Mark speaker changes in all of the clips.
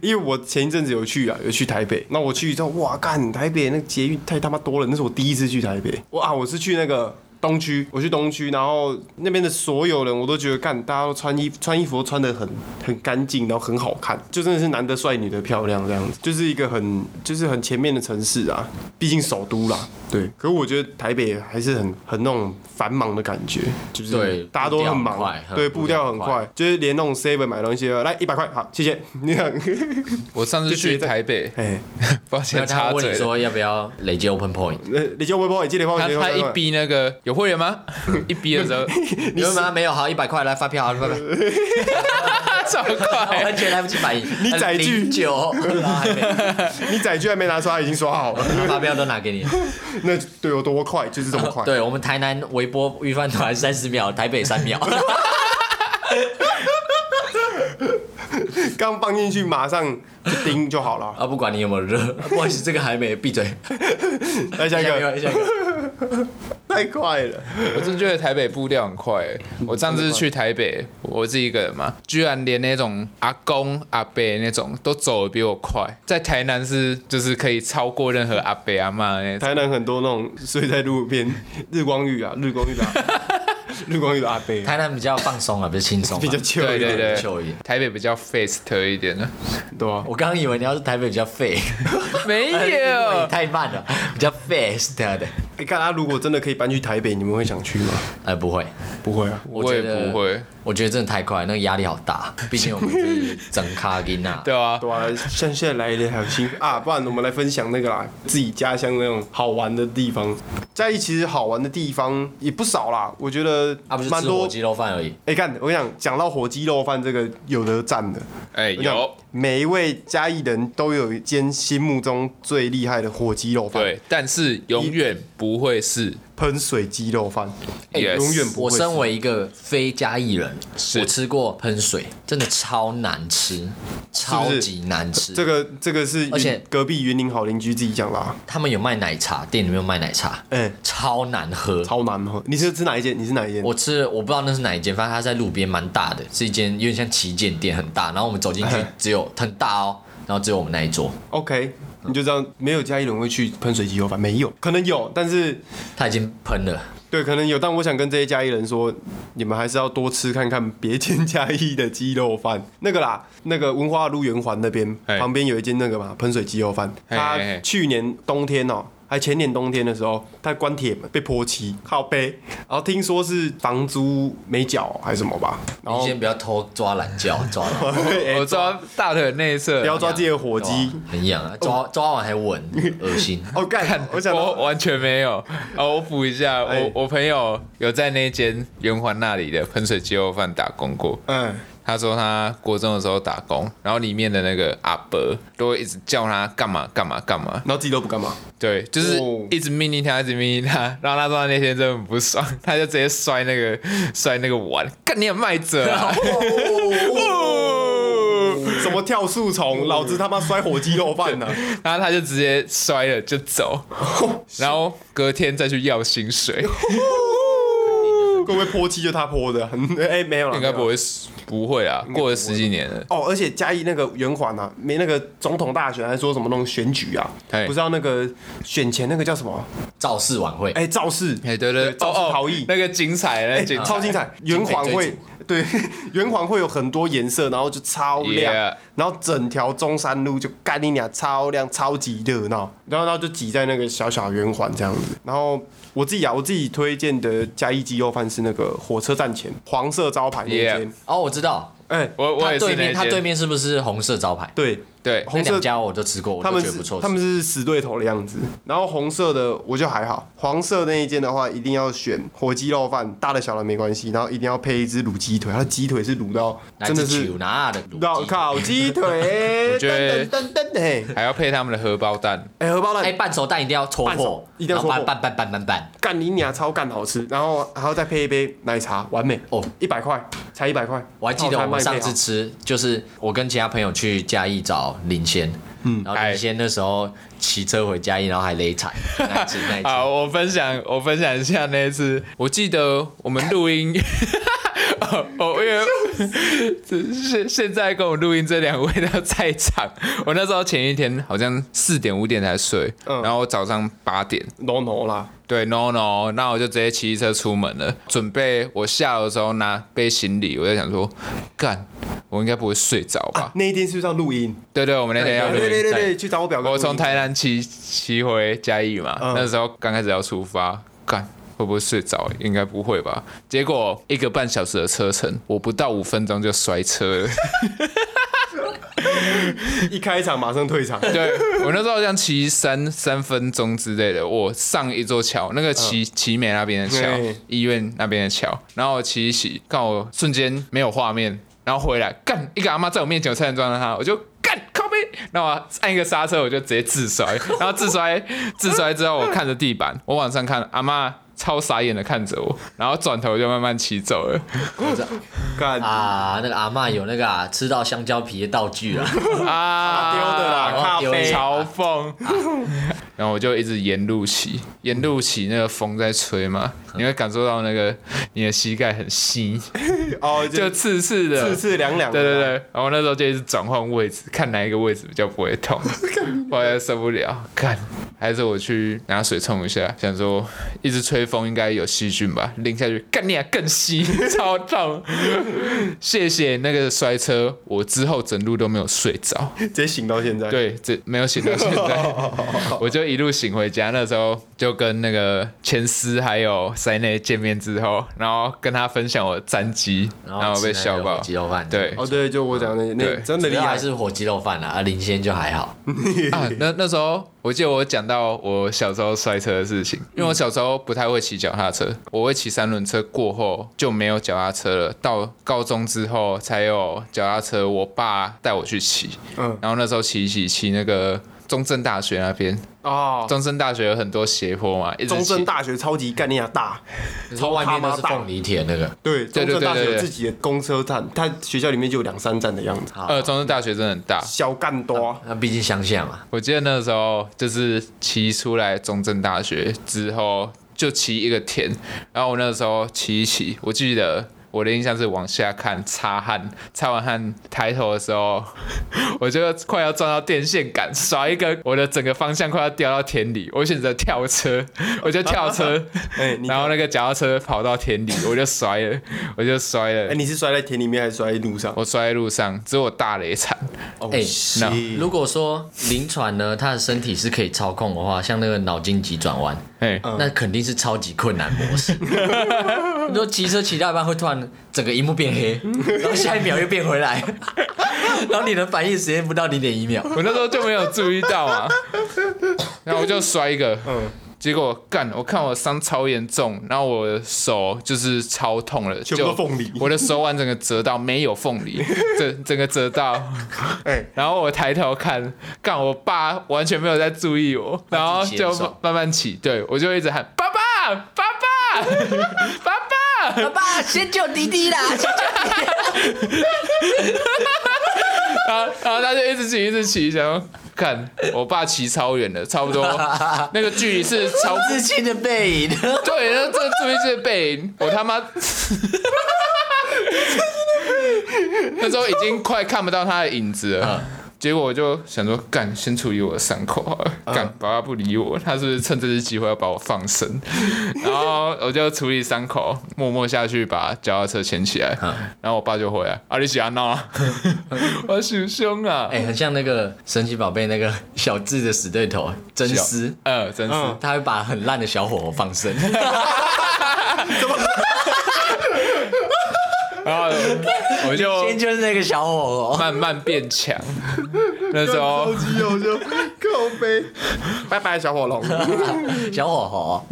Speaker 1: 因为我前一阵子有去啊，有去台北。那我去之后，哇，干台北那个捷运太他妈多了，那是我第一次去台北。哇，我是去那个东区，我去东区，然后那边的所有人我都觉得干，大家都穿衣穿衣服都穿的很很干净，然后很好看，就真的是男的帅，女的漂亮这样子，就是一个很就是很前面的城市啊，毕竟首都啦。对，可是我觉得台北还是很很那种繁忙的感觉，就是
Speaker 2: 对
Speaker 1: 大家都很
Speaker 2: 步调
Speaker 1: 忙
Speaker 2: 很快，
Speaker 1: 对，
Speaker 2: 步
Speaker 1: 步调
Speaker 2: 调
Speaker 1: 很
Speaker 2: 很
Speaker 1: 快
Speaker 2: 快，
Speaker 1: 就是连那种 seven 买东西，来一百块，好，谢谢， 你看，
Speaker 3: 我上次
Speaker 1: 就觉
Speaker 3: 去
Speaker 1: 得
Speaker 3: 台北，
Speaker 1: 哎，
Speaker 3: 抱
Speaker 2: 那
Speaker 3: 歉
Speaker 2: 他
Speaker 3: 插
Speaker 2: 问
Speaker 3: 嘴
Speaker 2: 你
Speaker 3: 了。
Speaker 2: 说要不要累积 open point？
Speaker 1: 呃你就微波，你记得帮我
Speaker 3: 他
Speaker 1: 接电话
Speaker 3: 他一，逼那个有会员吗？ 一逼的时候，
Speaker 2: 你有吗？没有，好，一百块来发票，好，拜拜。
Speaker 3: 超
Speaker 2: 我
Speaker 3: 快，
Speaker 2: 完全来不及反应，
Speaker 1: 你载具
Speaker 2: 酒，然后还没
Speaker 1: 你载具还没拿出来，已经刷好 了，
Speaker 2: 发票都拿给你。
Speaker 1: 那对有多快就是这么快，
Speaker 2: 对我们台南微波预饭团三十秒，台北三秒。
Speaker 1: 刚放进去马上就叮就好 了。
Speaker 2: 啊，不管你有没有热，不好意思，这个还没闭嘴。
Speaker 1: 来下一个，
Speaker 2: 下一个，
Speaker 1: 太快了，
Speaker 3: 我真觉得台北步调很快欸。我上次去台北，我自己一个人嘛，居然连那种阿公阿伯那种都走的比我快。在台南是就是可以超过任何阿伯阿妈那种。
Speaker 1: 台南很多那种睡在路边，日光浴啊，日 光浴的啊，日光浴的阿伯啊，
Speaker 2: 台南比较放松啊，比较轻松啊。
Speaker 1: 比较旧
Speaker 3: 对
Speaker 1: 一
Speaker 3: 对
Speaker 1: 点，
Speaker 2: 秀一
Speaker 3: 对
Speaker 2: 点，
Speaker 3: 台北比较 fast 一点的，
Speaker 1: 对啊，
Speaker 2: 我刚刚以为你要是台北比较废，
Speaker 3: 没
Speaker 2: 你
Speaker 3: 有。
Speaker 2: 太慢了，比较 fast 的。
Speaker 1: 你看他如果真的可以搬去台北，你们会想去吗？
Speaker 2: 哎，不会，
Speaker 1: 不会啊，
Speaker 2: 我
Speaker 3: 也
Speaker 2: 觉得
Speaker 3: 不会，
Speaker 2: 我觉得真的太快，那个压力好 大。毕竟我们是整卡金呐。
Speaker 3: 对啊，
Speaker 1: 对啊，像现在来的还有 新啊，不然我们来分享那个啦，自己家乡那种好玩的地方。嘉义其实好玩的地方也不少啦，我觉得
Speaker 2: 啊，不是
Speaker 1: 蛮
Speaker 2: 吃火
Speaker 1: 多。
Speaker 2: 鸡肉饭而已。
Speaker 1: 哎、看我跟你讲，讲到火鸡肉饭这个有得赞的，我
Speaker 3: 哎
Speaker 1: 跟你讲
Speaker 3: 有，
Speaker 1: 每一位嘉义人都有一间心目中最厉害的火鸡肉饭，
Speaker 3: 对，但是永远不会是
Speaker 1: 喷水鸡肉饭，
Speaker 3: 哎
Speaker 1: 永远嗯不
Speaker 2: 我
Speaker 1: 会
Speaker 2: 身
Speaker 1: 死。
Speaker 2: 为一个非嘉义人，
Speaker 3: 是
Speaker 2: 我吃过喷水，真的超难吃，超级难吃。
Speaker 1: 这个这个是
Speaker 2: 而且
Speaker 1: 云隔壁云林好邻居自己讲啦、
Speaker 2: 他们有卖奶茶，店里面有卖奶茶，
Speaker 1: 哎
Speaker 2: 超难喝。
Speaker 1: 超难喝。你是吃哪一间？你是哪一间？
Speaker 2: 我吃了，我不知道那是哪一间，反正它在路边蛮大的，是一间有点像旗舰店，很大。然后我们走进去
Speaker 1: 哎，
Speaker 2: 只有很大哦，然后只有我们那一桌，
Speaker 1: OK，你就知
Speaker 3: 嗯
Speaker 1: 道没有嘉义人会去喷水鸡肉饭，没有，可能有，但是
Speaker 2: 他已经喷了。
Speaker 1: 对，可能有，但我想跟这些嘉义人说，你们还是要多吃看看别间嘉义的鸡肉饭。那个 啦，那个文化路圆环那边
Speaker 3: 嘿
Speaker 1: 旁边有一间那个嘛喷水鸡肉饭，
Speaker 3: 嘿
Speaker 1: 它
Speaker 3: 嘿嘿
Speaker 1: 去年冬天哦、还前年冬天的时候，它关铁门被泼漆，靠背，然后听说是房租没缴还是什么吧，然
Speaker 2: 你
Speaker 1: 后
Speaker 2: 先不要偷抓懒觉，抓懒
Speaker 1: 哎
Speaker 3: 我抓大腿内侧
Speaker 1: 不，要抓自己的火哦鸡。
Speaker 2: 很痒啊，抓抓完还闻，恶心。
Speaker 1: 哦，干！我想到
Speaker 3: 我完全没有。 啊，我补一下，
Speaker 1: 哎
Speaker 3: 我我朋友有在那间圆环那里的喷水鸡肉饭打工过。
Speaker 1: 嗯，
Speaker 3: 他说他国中的时候打工，然后里面的那个阿伯都会一直叫他干嘛干嘛干嘛，
Speaker 1: 然后自己都不干嘛，
Speaker 3: 对，就是
Speaker 1: 哦
Speaker 3: 一直命令他，一直命令他，然后他说他那天真的很不爽， 他就直接摔那个摔那个碗，干你很卖者 啊！
Speaker 1: 什么跳树
Speaker 3: 嗯
Speaker 1: 丛，老子他妈摔火鸡肉 饭呢、
Speaker 3: 然后他就直接摔了就 走，然后隔天再去要薪水，
Speaker 1: 啊会不会泼漆就他泼的？哎、没有了，
Speaker 3: 应该不
Speaker 1: 没有啦。
Speaker 3: 会不会啊，过了十几年了，
Speaker 1: 哦，而且嘉义那个圆环啊，没那个总统大选还说什么那种选举啊
Speaker 3: 嘿，
Speaker 1: 不知道那个选前那个叫什么？
Speaker 2: 造势晚会，
Speaker 1: 哎、造势，
Speaker 3: 哎对对，
Speaker 1: 造势逃逸，
Speaker 3: 那个精彩，那
Speaker 1: 哎、
Speaker 3: 个精彩
Speaker 1: 超精彩！圆环
Speaker 2: 啊精美追
Speaker 1: 会
Speaker 2: 逐
Speaker 1: 对圆环会有很多颜色，然后就超亮
Speaker 3: Yeah
Speaker 1: 然后整条中山路就干你俩超亮、超级热闹，然后然后就挤在那个小小圆环这样子。然后我自己啊，我自己推荐的嘉义鸡肉饭是那个火车站前黄色招牌那间
Speaker 3: Yeah，
Speaker 2: 哦，我知道，
Speaker 1: 哎、
Speaker 3: 我我
Speaker 2: 它
Speaker 3: 也是
Speaker 2: 对
Speaker 3: 那
Speaker 2: 面它对
Speaker 3: 间，
Speaker 2: 面是不是红色招牌？
Speaker 1: 对，
Speaker 3: 对，
Speaker 1: 红
Speaker 2: 那
Speaker 1: 色
Speaker 2: 两家我都吃过，我
Speaker 1: 他
Speaker 2: 都
Speaker 1: 们
Speaker 2: 觉得
Speaker 1: 是
Speaker 2: 不错吃。
Speaker 1: 他们是死对头的样子，然后红色的我就还好，黄色那一间的话一定要选火鸡肉饭，大的小的没关系，然后一定要配一只卤鸡腿，它的鸡腿是卤到
Speaker 2: 来
Speaker 1: 真的
Speaker 2: 自
Speaker 1: 是
Speaker 2: 球拿的卤
Speaker 1: 老
Speaker 2: 鸡，
Speaker 1: 烤鸡腿，
Speaker 3: 我觉得
Speaker 1: 噔噔噔噔嘿，
Speaker 3: 还要配他们的荷包蛋，
Speaker 1: 哎、荷包
Speaker 2: 哎，
Speaker 1: 蛋
Speaker 2: 半熟蛋一定要戳
Speaker 1: 半熟
Speaker 2: 破，
Speaker 1: 一定要戳破
Speaker 2: 然后拌拌拌拌拌
Speaker 1: 干你娘超干好吃，然后还要再配一杯奶茶，完美
Speaker 2: 哦
Speaker 1: 哦，一百块才一百块，
Speaker 2: 我还记
Speaker 1: 套
Speaker 2: 得我
Speaker 1: 餐哦
Speaker 2: 们
Speaker 1: 卖
Speaker 2: 上
Speaker 1: 配好
Speaker 2: 次吃，就是我跟其他朋友去嘉义找林仙，嗯，然后林仙那时候骑车回嘉义，然后还勒踩，
Speaker 1: 哎
Speaker 2: 那一次那 一次，
Speaker 3: 好，我分享，我分享一下那一次，我记得我们录音，哦，因为这现现在跟我录音这两位都在场。我那时候前一天好像四点五点才睡，
Speaker 1: 嗯
Speaker 3: 然后我早上八点，
Speaker 1: no no 啦，
Speaker 3: 对，no no，那我就直接骑车出门了。准备我下楼的时候拿背行李，我在想说，干，我应该不会睡着
Speaker 2: 啊
Speaker 3: 吧？
Speaker 1: 那一天是不是要录音？
Speaker 3: 对对，我们那
Speaker 2: 哎
Speaker 3: 天要录
Speaker 1: 对对
Speaker 3: 音。
Speaker 1: 对对，去找我表哥录
Speaker 3: 我
Speaker 1: 音。
Speaker 3: 从台南骑骑回嘉义嘛，
Speaker 1: 嗯
Speaker 3: 那时候刚开始要出发，干会不会睡着？应该不会吧？结果一个半小时的车程，我不到五分钟就摔车了。
Speaker 1: 一开场马上 退场，
Speaker 2: 啊
Speaker 3: 对我那时候好像骑三三分钟之类的，我上一座桥，那个骑骑美那边的桥
Speaker 1: 对，
Speaker 3: 医院那边的桥，然后我骑一骑，看我瞬间没有画面，然后回来，干一个阿妈在我面前，我差点撞到她，我就干靠背，那我按一个刹车，我就直接自摔，然后自摔自摔之后，我看着地板，我往上看，阿妈。超傻眼的看着我，然后转头就慢慢骑走了。
Speaker 1: 干
Speaker 2: 啊，那个阿嬷有那个啊，吃到香蕉皮的道具 啊，
Speaker 3: 啊，
Speaker 1: 丢的啦，
Speaker 2: 啊
Speaker 1: 咖
Speaker 2: 丢
Speaker 1: 啡
Speaker 2: 一下
Speaker 3: 嘲讽。 然后我就一直沿路骑，沿路骑，那个风在吹嘛，
Speaker 1: 嗯
Speaker 3: 你会感受到那个 你的膝盖很细，
Speaker 1: 哦，就
Speaker 3: 就刺刺的，
Speaker 1: 刺刺凉凉。
Speaker 3: 嗯对对对，，然后那时候就一直转换位置，看哪一个位置比较不会 痛，后来受不了，看还是我去拿水冲一下，想说一直吹风应该有细菌吧，淋下去干你啊更稀， 超痛。谢谢那个摔车，我之后整路都没有睡着。
Speaker 1: 直接醒到现在。，
Speaker 3: 对，这没有醒到现 在，我就一路醒回家。那时候就跟那个前司还有塞内见面之后，然后跟他分享我的战绩，然后被笑爆。
Speaker 2: 鸡肉饭，
Speaker 3: 对
Speaker 1: 哦对，就我讲的那
Speaker 3: 对
Speaker 1: 真的
Speaker 2: 主
Speaker 1: 厉
Speaker 2: 要
Speaker 1: 害
Speaker 2: 还。是火鸡肉饭啦，啊，林先就还好，
Speaker 3: 啊，那那时候我记得我讲到我小时候摔车的事情，因为我
Speaker 1: 嗯
Speaker 3: 小时候不太会骑脚踏车，我会骑三轮车，过后就没有脚踏车了。到高中之后才有脚踏车，我爸带我去骑，
Speaker 1: 嗯
Speaker 3: 然后那时候骑一骑骑那个中正大学那边，
Speaker 1: 哦，
Speaker 3: 中正大学有很多斜坡嘛，一直
Speaker 1: 中
Speaker 3: 骑
Speaker 1: 正大学超级干你亚大，
Speaker 2: 从外面都是凤梨田那个，
Speaker 1: 对，中
Speaker 3: 对对
Speaker 1: 正大
Speaker 3: 对
Speaker 1: 学
Speaker 3: 对
Speaker 1: 有自己的公车站，它学校里面就有两三站的样子。
Speaker 2: 好
Speaker 3: 呃，中正大学真的很大。
Speaker 1: 小干多，啊
Speaker 2: 那毕竟乡下嘛，
Speaker 3: 我记得那时候就是骑出来中正大学之后，就骑一个田，然后我那时候骑一骑，我记得。我的印象是往下看，擦汗，擦完汗抬头的时候， 我就快要撞到电线杆，甩一个，我的整个方向快要掉到田里，我选择跳车，我就跳车，
Speaker 1: 哎，你
Speaker 3: 然后那个脚踏车跑到田里，我就摔了，我就摔了，
Speaker 1: 哎，你是摔在田里面还是摔在路上？
Speaker 3: 我摔在路上，只有我大雷惨，
Speaker 1: 哦
Speaker 2: 哎
Speaker 1: 是
Speaker 2: 如果说林传呢，他的身体是可以操控的话，像那个脑筋急转弯，
Speaker 3: 嘿，
Speaker 1: 嗯
Speaker 2: 那肯定是超级困难模 式。你说骑车骑到一半会突然整个荧幕变 黑，然后下一秒又变回来， 然后你的反应时间不到零点一秒，
Speaker 3: 我那时候就没有注意 到嘛，然后我就摔一个，嗯，结果干，我看我伤超严重，然后我的手就是超痛了，
Speaker 1: 全部都
Speaker 3: 就
Speaker 1: 凤梨
Speaker 3: 我的手腕整个折到没有凤 梨，整整个折到，
Speaker 1: 哎
Speaker 3: 然后我抬头看，干，我爸完全没有在注意我，然后
Speaker 2: 自己接
Speaker 3: 就
Speaker 2: 手
Speaker 3: 慢慢起，对我就一直喊爸爸，爸爸， 爸爸，
Speaker 2: 爸爸先救弟弟啦！先救
Speaker 3: 然后然后他就一直骑，一直骑，然后看我爸骑超远的，差不多那个距离是超。
Speaker 2: 至亲的背影，
Speaker 3: 对，然后这注意这背影，我他妈。那时候已经快看不到他的影子了，
Speaker 2: 啊
Speaker 3: 结果我就想说，干，先处理我的伤口好了。干，
Speaker 2: 啊
Speaker 3: 爸爸不理我，他是不是趁这次机会要把我 放生？然后我就处理伤口，默默下去把脚踏车牵起来，
Speaker 2: 啊
Speaker 3: 然后我爸就回来，啊，你喜欢 闹啊？我受伤啊！
Speaker 2: 哎、很像那个神奇宝贝那个小智的死对头真嗯丝，
Speaker 3: 呃，真是。
Speaker 2: 他会把很烂的小火火放生，
Speaker 3: 然后我就
Speaker 2: 先就是那个小火火。
Speaker 3: 慢慢变强。那时候
Speaker 1: 超级有就靠背，拜拜小 火龙，
Speaker 2: 小火候，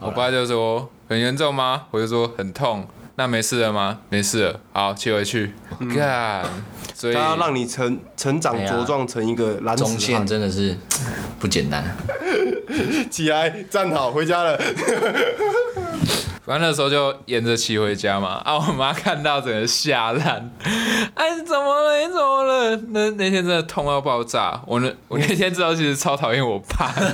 Speaker 3: 我爸就说很严重吗？我就说很痛。那没事了吗？没事了，好，骑回去。
Speaker 2: 嗯
Speaker 3: 干、所以
Speaker 1: 他要让你成成长
Speaker 2: 哎呀
Speaker 1: 茁壮成一个蓝
Speaker 2: 中
Speaker 1: 石
Speaker 2: 线
Speaker 1: 汉。
Speaker 2: 真的是不简单。
Speaker 1: 起来，站好，回家了。
Speaker 3: 然后那时候就沿着骑回家嘛，啊，我妈看到整个吓烂，哎，你怎么了？你怎么了？那那天真的痛到爆炸。我那我那天知道其实超讨厌我爸的，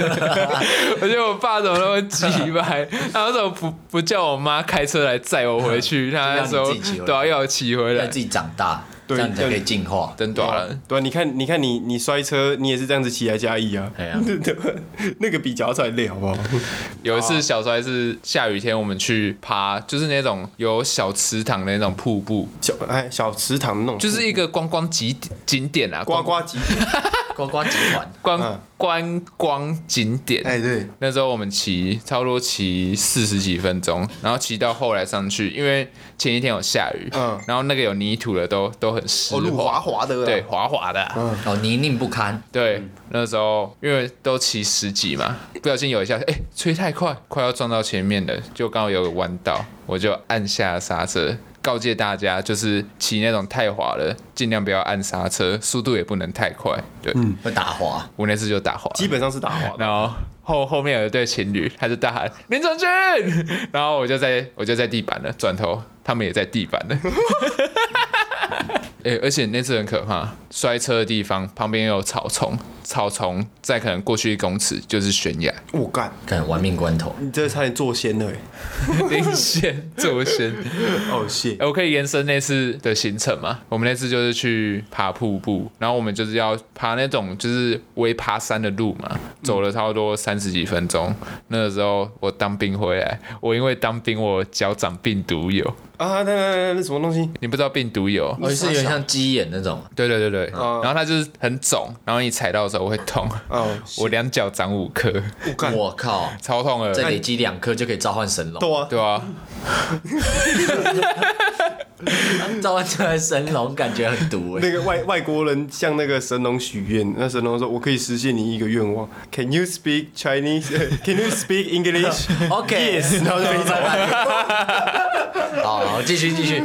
Speaker 3: 我觉得我爸怎么那么鸡掰，他为什么不不叫我妈开车来载我回去？他那时
Speaker 2: 就
Speaker 3: 候
Speaker 2: 让你自己骑回来
Speaker 3: 都要要我骑回
Speaker 2: 让
Speaker 3: 来
Speaker 2: 自，己长大，
Speaker 1: 对
Speaker 2: 这样你才可以进化。
Speaker 3: 等短了。
Speaker 1: 对啊，你看，你看你，你摔车，你也是这样子骑来加一啊，
Speaker 2: 哎呀
Speaker 1: 对吧？那个比脚踩累，好不好？
Speaker 3: 有一
Speaker 1: 哦
Speaker 3: 次小时候还是下雨天，我们去爬，就是那种有小池塘的那种瀑布，
Speaker 1: 小哎，小池塘那种，
Speaker 3: 就是一个观光景景点啊，
Speaker 1: 呱
Speaker 3: 观
Speaker 1: 呱集，
Speaker 2: 呱呱集团，
Speaker 3: 观
Speaker 1: 嗯
Speaker 3: 观光景点。
Speaker 1: 哎，对，
Speaker 3: 那时候我们骑差不多骑四十几分钟，然后骑到后来上去，因为前一天有下雨，
Speaker 1: 嗯
Speaker 3: 然后那个有泥土的都都很湿
Speaker 1: 哦，路滑
Speaker 3: 滑，
Speaker 1: 滑的，
Speaker 3: 对，，滑滑的啊、
Speaker 2: 哦，泥泞不堪，
Speaker 3: 对，那时候因为都骑十几嘛，不小心有一下，哎、吹太快，快要撞到前面了，就刚好有个弯道，我就按下刹车，告诫大家就是骑那种太滑了，尽量不要按刹车，速度也不能太快。对，
Speaker 2: 会打滑。
Speaker 3: 我那次就打滑了，
Speaker 1: 基本上是打滑的。
Speaker 3: 然后后后面有一对情侣，他就大喊林正军， 然后我就在我就在地板了，转头他们也在地板了。 哎、而且那次很可怕，摔车的地方旁边有草丛，草丛再可能过去一公尺就是悬崖，
Speaker 1: 我哦干，
Speaker 2: 看玩命关头，
Speaker 1: 你这差点做仙了，哎，
Speaker 3: 林先坐先。
Speaker 1: 哦，谢
Speaker 3: 哎，我可以延伸那次的行程吗？我们那次就是去爬瀑布，然后我们就是要爬那种就是微爬山的路嘛，走了差不多三十几分钟。那个时候我当兵回来，我因为当兵我脚长病毒疣，
Speaker 1: 啊，那那那那什么东西？
Speaker 3: 你不知道病毒疣？
Speaker 2: 哦，是有点像鸡眼那种，
Speaker 3: 对对对对，然后它就是很肿，然后你踩到的时候会痛。
Speaker 1: 哦，
Speaker 3: 我两脚长五颗，
Speaker 1: 我干，
Speaker 2: 我靠，
Speaker 3: 超痛了。
Speaker 2: 再累积两颗就可以召唤神龙，
Speaker 1: 对啊，
Speaker 3: 对啊，
Speaker 2: 召唤出来神龙感觉很毒哎。
Speaker 1: 那个外外国人向那个神龙许愿，那神龙说：“我可以实现你一个愿望。”Can you speak Chinese? Can you speak English?
Speaker 2: OK，
Speaker 1: Yes，然后就飞走。
Speaker 2: 好，好继续继续，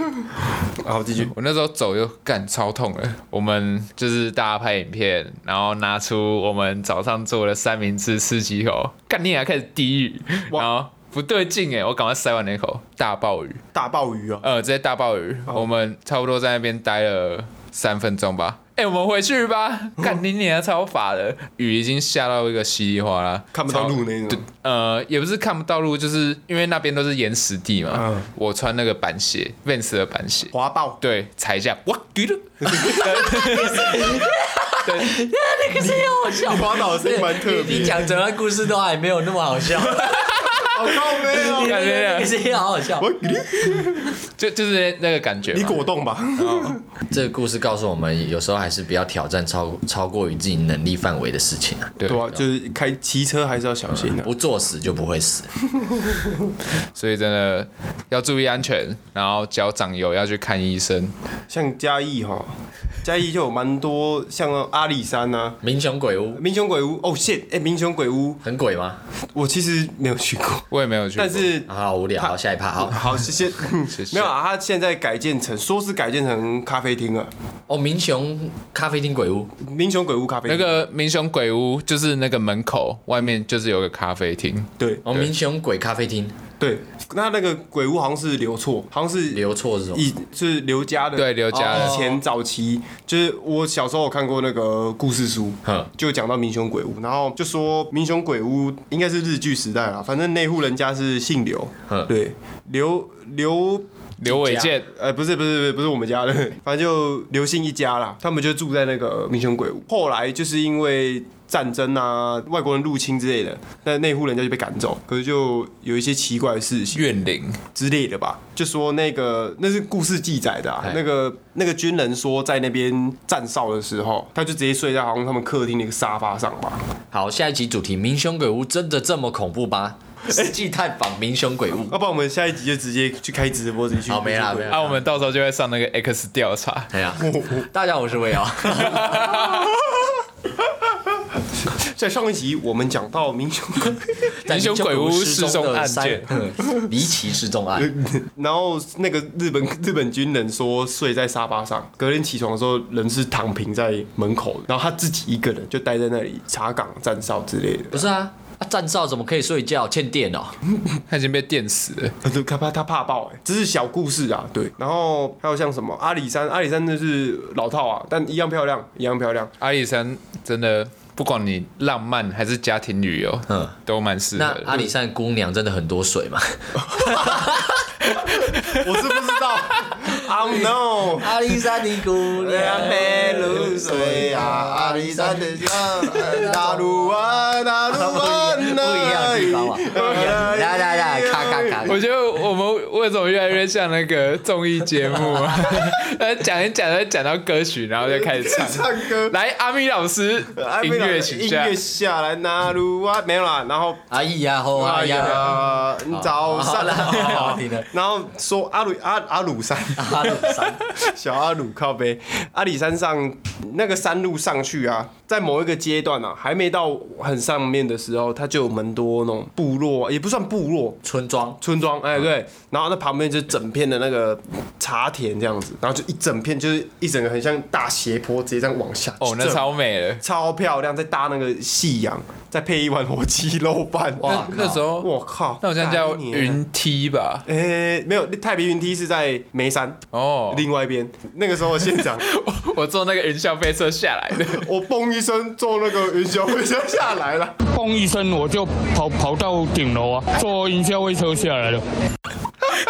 Speaker 1: 好，继续。
Speaker 3: 我那时候走就干超痛了。我们就是大家拍影片，然后拿出我们早上做的三明治吃几口，干你还开始低语，然后不对劲哎，我赶快塞完那口大暴雨，
Speaker 1: 大鲍鱼 啊，
Speaker 3: 呃，直接大暴雨，我们差不多在那边待了三分钟吧。哎、我们回去吧，干你娘超法的，雨已经下到一个稀里哗啦，
Speaker 1: 看不到
Speaker 3: 超
Speaker 1: 路那种。
Speaker 3: 呃，也不是看不到路，就是因为那边都是岩石地嘛。
Speaker 1: 嗯
Speaker 3: 我穿那个板鞋，Vans 的板鞋，
Speaker 1: 滑爆，
Speaker 3: 对，踩一下，哇，滴了。
Speaker 2: 那个声音好笑，
Speaker 1: 滑倒的声音蛮特别
Speaker 2: 你你讲整个故事都还没有那么好 笑，
Speaker 1: 好靠背
Speaker 2: 你
Speaker 1: 哦！
Speaker 2: 那个 那个声音好好笑。
Speaker 1: 我
Speaker 3: 就就是那个感觉
Speaker 1: 你
Speaker 3: 嘛。
Speaker 1: 果冻吧？
Speaker 2: 这个故事告诉我们，有时候还是不要挑战超超过于自己能力范围的事情啊。
Speaker 3: 对
Speaker 1: 对啊，就是开骑车还是要小心的。啊
Speaker 2: 不作死就不会死。
Speaker 3: 所以真的要注意安全，然后脚长油要去看医生。
Speaker 1: 像嘉义哈，嘉义就有蛮多像阿里山啊。
Speaker 2: 民雄鬼屋
Speaker 1: 民雄鬼屋哦，谢哎，民雄鬼屋，
Speaker 2: 很鬼吗？
Speaker 1: 我其实没有去过，
Speaker 3: 我也没有去过，
Speaker 1: 但是
Speaker 2: 啊好无聊，好下一趴好。
Speaker 1: 好，谢谢。
Speaker 3: 谢
Speaker 1: 没有啊，它现在改建成，说是改建成咖啡厅了，啊
Speaker 2: 哦，民雄咖啡厅鬼屋，
Speaker 1: 民雄鬼屋咖啡
Speaker 3: 那
Speaker 1: 厅。
Speaker 3: 个民雄鬼屋就是那个门口外面就是有个咖啡厅，
Speaker 1: 对
Speaker 2: 哦，民雄鬼咖啡厅，
Speaker 1: 对，那那个鬼屋好像是刘错，好像是
Speaker 2: 留错是什么？
Speaker 1: 以是刘家的，
Speaker 3: 对刘家的
Speaker 1: 以前早期就是我小时候有看过那个故事书
Speaker 2: 哼，
Speaker 1: 就讲到民雄鬼屋，然后就说民雄鬼屋应该是日据时代啦，反正那户人家是姓刘
Speaker 2: 哼，
Speaker 1: 对刘刘
Speaker 3: 刘伟健。
Speaker 1: 呃，不是不是不是不是我们家的， 反正就刘姓一家啦，他们就住在那个民雄鬼屋。后来就是因为战争啊、外国人入侵之类的，那那户人家就被赶走，可是就有一些奇怪的事情
Speaker 3: 怨灵，
Speaker 1: 之类的吧，就说那个那是故事记载的、啊
Speaker 2: 哎，
Speaker 1: 那个那个军人说在那边站哨的时候，他就直接睡在好像他们客厅的一个沙发上吧，
Speaker 2: 好，下一集主题民雄鬼屋真的这么恐怖吗？
Speaker 3: 哎
Speaker 2: 实际探访民雄鬼 屋。
Speaker 1: 要啊不然我们下一集就直接去开直播，直接去
Speaker 2: 好没啦没啦
Speaker 3: 啊，我们到时候就会上那个 X 调查。
Speaker 2: 哎呀，大家好，我是 魏瑶。
Speaker 1: 在上一集我们讲到民雄 鬼屋。
Speaker 2: 在
Speaker 3: 民雄鬼屋失踪
Speaker 2: 的
Speaker 3: 案
Speaker 2: 三
Speaker 3: 件，
Speaker 2: 嗯离奇失踪 案。
Speaker 1: 然后那个日本日本军人说睡在沙发上，隔天起床的时候人是躺平在门口的，然后他自己一个人就待在那里查岗站哨之类的。
Speaker 2: 不是啊，啊，站哨怎么可以睡觉？欠电哦。
Speaker 3: 他已经被电死了。
Speaker 1: 呃，对，他怕他怕爆哎、欸，这是小故事啊，对。然后还有像什么阿里山，阿里山那是老套啊，但一样漂亮，一样漂亮。
Speaker 3: 阿里山真的，不管你浪漫还是家庭旅游，
Speaker 2: 嗯
Speaker 3: 嗯，都蛮适合
Speaker 2: 那
Speaker 3: 的。
Speaker 2: 阿里山姑娘真的很多水 嘛？
Speaker 1: 我是不知道，I don't know。
Speaker 2: 阿里山的姑娘
Speaker 1: 北流水啊，阿里山的江，大路啊，大路啊，
Speaker 2: 不一样不一样地方啊不一样来来来咔咔咔
Speaker 3: 我觉得我们为什么越来越像那个综艺节 目啊？呃，讲一讲，再讲到歌曲，然后就开始唱。
Speaker 1: 唱歌。
Speaker 3: 来，阿咪老师，音乐起
Speaker 1: 音
Speaker 3: 下
Speaker 1: 乐。下来，那路啊没有啦，然后
Speaker 2: 阿姨呀吼阿
Speaker 1: 哎
Speaker 2: 姨呀，
Speaker 1: 呀，早
Speaker 2: 好
Speaker 1: 上
Speaker 2: 了，哎好听的。
Speaker 1: 然后说阿鲁阿阿鲁山，
Speaker 2: 阿里山，
Speaker 1: 小阿鲁靠背，阿里山上那个山路上去啊，在某一个阶段啊，还没到很上面的时候，它就有蛮多那种部落，也不算部落。
Speaker 2: 村庄
Speaker 1: 村庄，哎、对，然后那旁边就是整片的那个茶田这样子，然后就一整片就是一整个很像大斜坡，直接这样往下。
Speaker 3: 哦，那
Speaker 1: 整
Speaker 3: 超美了。
Speaker 1: 超漂亮，再搭那个夕阳，再配一碗火鸡肉饭，
Speaker 3: 那
Speaker 1: 哇
Speaker 3: 那时候，
Speaker 1: 我靠，
Speaker 3: 那好像叫
Speaker 1: 干你娘
Speaker 3: 云梯吧？
Speaker 1: 诶、没有，太平云梯是在眉山
Speaker 3: 哦，
Speaker 1: 另外一边。那个时候的现 场，
Speaker 3: 我坐那个云霄飞车下来的。
Speaker 1: 我嘣一声坐那个云霄飞车下来 了，
Speaker 4: 嘣一声，我就跑跑到顶楼啊，坐云霄飞车下来了。
Speaker 1: 看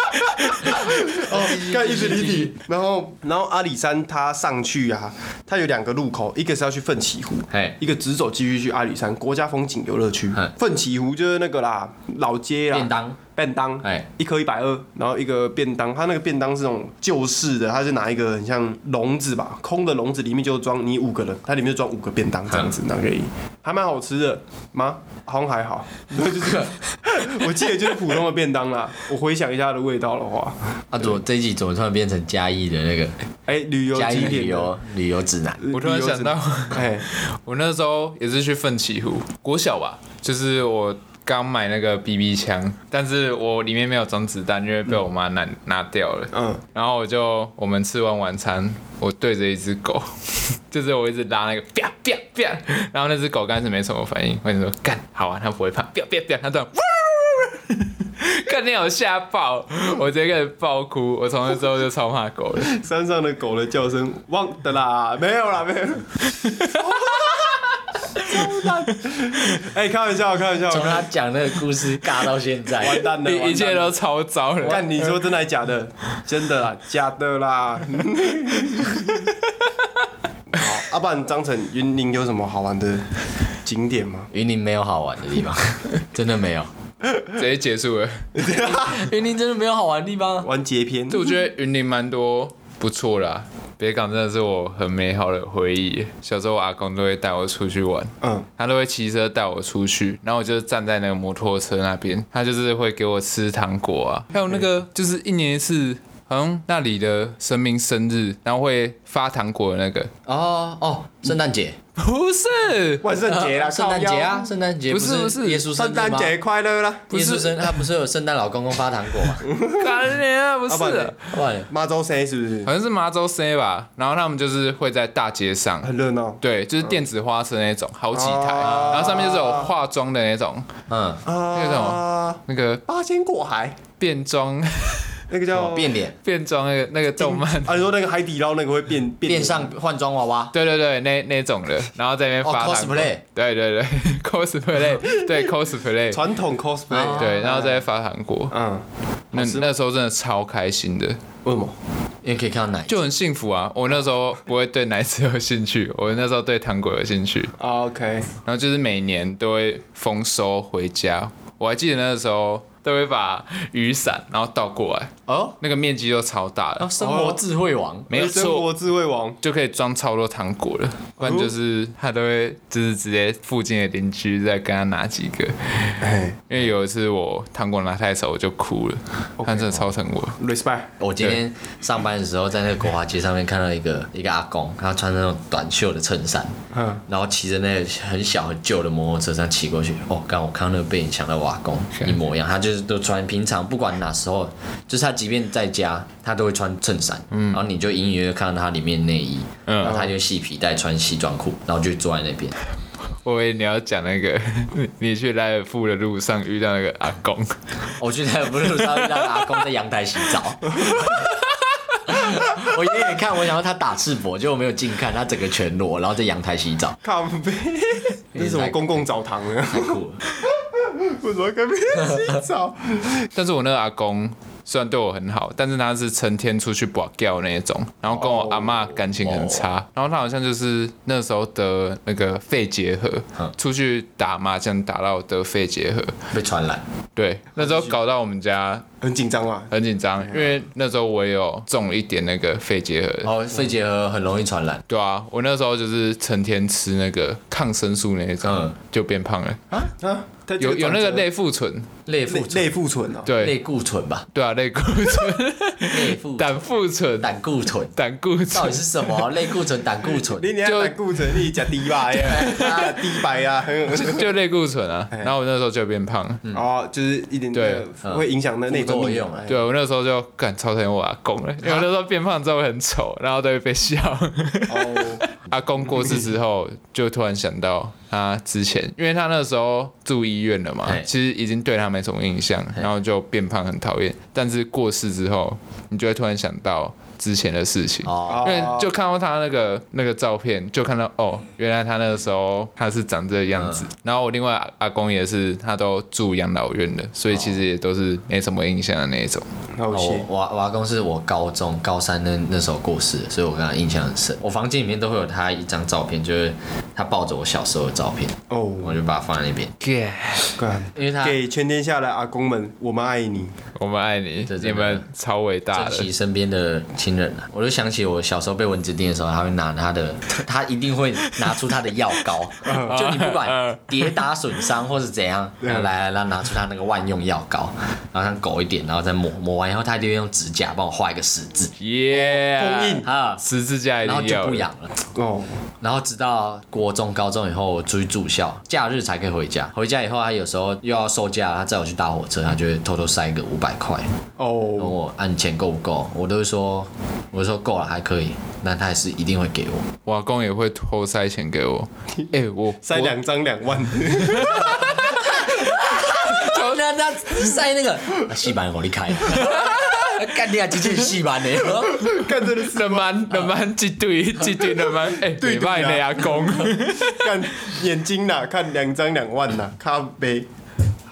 Speaker 1: 哦一直离题。然后，然后阿里山它上去啊，它有两个路口，一个是要去奋起湖
Speaker 2: 嘿，
Speaker 1: 一个直走继续去阿里山国家风景游乐区
Speaker 2: 嘿。
Speaker 1: 奋起湖就是那个啦，老街啦，
Speaker 2: 便当
Speaker 1: 便当，
Speaker 2: 哎
Speaker 1: 一颗一百二，然后一个便当，它那个便当是那种旧式的，它是拿一个很像笼子吧，空的笼子里面就装你五个人，它里面就装五个便当这样子拿
Speaker 2: 嗯
Speaker 1: 给你，还蛮好吃的吗？好像还好，就是，我记得就是普通的便当啦。我回想一下它的味道的话，
Speaker 2: 啊，怎么这一集怎么突然变成嘉义的那个
Speaker 1: 哎、旅游
Speaker 2: 嘉义
Speaker 1: 景点
Speaker 2: 旅游旅游指南？
Speaker 1: 的，
Speaker 3: 我突然
Speaker 1: 旅游
Speaker 3: 想
Speaker 1: 指
Speaker 3: 到
Speaker 1: 南，哎、
Speaker 3: 我那时候也是去奋起湖，国小吧，就是我刚买那个 BB 枪，但是我里面没有装子弹，因为被我妈拿、拿掉了。
Speaker 1: 嗯，
Speaker 3: 然后我就我们吃完晚餐，我对着一只狗， 就是我一直拉那个啪啪啪，然后那只狗刚开始没什么反应，我就说干好啊，它不会怕，啪啪啪，它突然。 肯定有吓爆，我直接开始爆哭。我从那之后就超怕 狗了。
Speaker 1: 山上的狗的叫声忘的啦，没有啦，没 有。哎、开玩笑，开玩笑，
Speaker 2: 从他讲那个故事尬到现在，
Speaker 1: 完蛋了，
Speaker 3: 一一切
Speaker 1: 完蛋了
Speaker 3: 都超糟了。
Speaker 1: 干，你说真的还假的？真的啦，假的啦。 好，阿爸，你张成云林有什么好玩的景点吗？
Speaker 2: 云林没有好玩的地 方，真的没有。
Speaker 3: 直接结束了。
Speaker 2: 云林真的没有好玩的地方啊。
Speaker 1: 玩截篇
Speaker 3: 这我觉得云林蛮多不错啦，北港真的是我很美好的回忆耶。小时候我阿公都会带我出去玩，
Speaker 1: 嗯，
Speaker 3: 他都会骑车带我出去，然后我就站在那个摩托车那边，他就是会给我吃糖果啊，还有那个就是一年一次。好像那里的神明生日，然后会发糖果的那个，
Speaker 2: 哦哦，圣诞节，
Speaker 3: 不是，
Speaker 1: 万圣节 啦，
Speaker 2: 圣诞节啊，圣诞节
Speaker 3: 不是
Speaker 2: 是
Speaker 3: 不是
Speaker 2: 耶稣
Speaker 1: 圣
Speaker 2: 生日吗
Speaker 1: 诞节，快乐啦！
Speaker 2: 耶稣生他不是有圣诞老公公发糖果 吗？
Speaker 3: 干你啊，不
Speaker 1: 不然嘞
Speaker 3: 是，
Speaker 2: 哇，哎
Speaker 1: 妈周生是不是
Speaker 3: 好像是麻州 C 吧，然后他们就是会在大街上，
Speaker 1: 很热闹？
Speaker 3: 对，就是电子花车那种，好几台，
Speaker 1: 哦
Speaker 3: 然后上面就是有化妆的那种，
Speaker 2: 嗯，
Speaker 1: 啊
Speaker 3: 那个什么那个
Speaker 1: 八仙过海，
Speaker 3: 变装
Speaker 1: 那个叫
Speaker 2: 变脸，
Speaker 3: 变装那个那个动漫，
Speaker 1: 啊，你说那个海底捞那个会变
Speaker 2: 变上换装娃娃，
Speaker 3: 对对对，那那种的，然后在那边
Speaker 2: 哦
Speaker 3: 发糖果
Speaker 2: cosplay
Speaker 3: 对对 对，cosplay，对 cosplay，
Speaker 1: 传统 cosplay？
Speaker 3: 对，然后在那边发糖果，
Speaker 1: 嗯，
Speaker 3: 那
Speaker 1: 啊吃吗
Speaker 3: 那时候真的超开心的，
Speaker 1: 为什么？
Speaker 2: 因为可以看到奶。
Speaker 3: 就很幸福啊！我那时候不会对奶子有兴趣， 我那时候对糖果有兴趣，
Speaker 1: 啊，OK，
Speaker 3: 然后就是每年都会丰收回家。我还记得那个时候都会把雨伞然后倒过来，
Speaker 1: 哦，
Speaker 3: 那个面积都超大的，
Speaker 2: 哦生活智慧王，
Speaker 3: 没有
Speaker 1: 生活
Speaker 3: 错，
Speaker 1: 智慧王，
Speaker 3: 就可以装超多糖果了。不然就是他都会就是直接附近的邻居再跟他拿几个。
Speaker 1: 哎
Speaker 3: 因为有一次我糖果拿太少，我就哭了，他真的超疼我。
Speaker 1: ，respect，
Speaker 2: 我今天上班的时候，在那个国华街上面看到一个一个阿公，他穿那种短袖的衬衫，
Speaker 1: 嗯
Speaker 2: 然后骑着那个很小很旧的摩托车上骑过去。哦，刚我看到那个背影，想到我阿公一模一样。他就是都穿平常不管哪时候，就是他即便在家，他都会穿衬衫，然后你就隐隐约约看到他里面内衣，然后他就系皮带穿西装裤，然后就坐在那边。
Speaker 3: 我以为你要讲那个 你去莱尔富的路上遇到那个阿公，
Speaker 2: 我去在不是上遇到阿公在阳台洗澡。 我远远看，我想要他打赤膊，结果没有近看，他整个全裸，然后在阳台洗澡，
Speaker 1: 靠 背，那是什么公共澡堂呢？
Speaker 2: 太酷了。
Speaker 1: 为什么跟别人洗澡？
Speaker 3: 但是我那个阿公虽然对我很好，但是他是成天出去拔掉那一种，然后跟我阿嬷感情很差，然后他好像就是那时候得那个肺结核，出去打麻将打到得肺结核，
Speaker 2: 被传染，
Speaker 3: 对，那时候搞到我们家
Speaker 1: 很紧张啊，
Speaker 3: 很紧
Speaker 2: 嗯
Speaker 3: 张，因为那时候我也有中了一点那个肺结核，
Speaker 2: 哦，肺结核很容易传染，
Speaker 3: 对啊，我那时候就是成天吃那个抗生素那一种，
Speaker 2: 嗯
Speaker 3: 就变胖了。
Speaker 1: 啊，它这
Speaker 3: 有有那个
Speaker 1: 转折
Speaker 3: 类固醇，
Speaker 2: 类固
Speaker 1: 类
Speaker 2: 醇，
Speaker 1: 类固醇啊，
Speaker 3: 对
Speaker 2: 类固醇吧，
Speaker 3: 对啊，类固 醇、
Speaker 2: 类固
Speaker 3: 胆固醇、
Speaker 2: 胆固醇，
Speaker 3: 胆固
Speaker 2: 到
Speaker 3: 醇
Speaker 2: 底，是什么？啊类固醇、胆固醇，
Speaker 1: 你你
Speaker 3: 就
Speaker 1: 胆固醇，你讲低 白啊哎呀，低白呀，很有
Speaker 3: 就类固醇啊。
Speaker 2: 哎
Speaker 3: 然后我那时候就变胖了，
Speaker 2: 嗯
Speaker 1: 哦，就是一点
Speaker 3: 对嗯
Speaker 1: 那个会影响那内分
Speaker 2: 副作
Speaker 1: 泌
Speaker 2: 用啊
Speaker 3: 对我那时候就干超讨厌我阿公了，因为我那时候变胖之后很丑，然后都会被笑。
Speaker 1: 哦，
Speaker 3: 阿啊公过世之后，就突然想到他之前，因为他那时候住医院了嘛
Speaker 2: 嘿，
Speaker 3: 其实已经对他没什么印象，然后就变胖很讨厌。但是过世之后，你就会突然想到之前的事情，
Speaker 2: 哦，
Speaker 3: 因为就看到他那个那个照片，就看到哦，原来他那个时候他是长这个样
Speaker 2: 嗯
Speaker 3: 子。然后我另外阿阿公也是，他都住养老院的，所以其实也都是没什么印象的那一种。
Speaker 1: 好
Speaker 2: 哦
Speaker 1: 些
Speaker 2: 我我我阿公是我高中高三那那时候过世的，所以我跟他印象很深。我房间里面都会有他一张照片，就是他抱着我小时候的照片，
Speaker 1: 哦，
Speaker 2: 我就把它放在那边，
Speaker 1: 干
Speaker 2: 因为他
Speaker 1: 给全天下的阿公们，我们爱你。
Speaker 3: 我们爱你
Speaker 2: 嗯这，真的
Speaker 3: 你们超伟大
Speaker 2: 珍
Speaker 3: 的。
Speaker 2: 惜身边的亲人啊！我就想起我小时候被蚊子叮的时候，他会拿他的， 他一定会拿出他的药膏，
Speaker 3: 啊
Speaker 2: 就你不管跌打损伤或是怎 样，来来来，拿出他那个万用药膏，然后像狗一点，然后再抹抹完以后，他一定会用指甲帮我画一个十字
Speaker 3: 耶！
Speaker 1: 封印
Speaker 2: 啊，
Speaker 3: 十字架一
Speaker 2: 然后
Speaker 3: 定
Speaker 2: 就
Speaker 3: 要
Speaker 2: 不
Speaker 3: 的。
Speaker 2: 痒了。
Speaker 1: 哦，
Speaker 2: 然后直到国中、高中以后，我出去住校，假日才可以回家。回家以后，他有时候又要收假，他载我去搭火车，他就会偷偷塞个五百块。问
Speaker 1: 哦，
Speaker 2: 我按钱够不够，我都会说，我说够了还可以，那他也是一定会给我。
Speaker 3: 我阿公也会偷塞钱给我。哎、我
Speaker 1: 塞
Speaker 3: 我
Speaker 1: 两张两万，
Speaker 2: 那那晒那个啊 戏班我离开，干掉几件戏班的，
Speaker 1: 干真的是
Speaker 3: 冷蛮冷蛮几对几对冷蛮哎，
Speaker 1: 对
Speaker 3: 礼拜的阿公，
Speaker 1: 干眼睛呐，看两张两万呐，咖啡。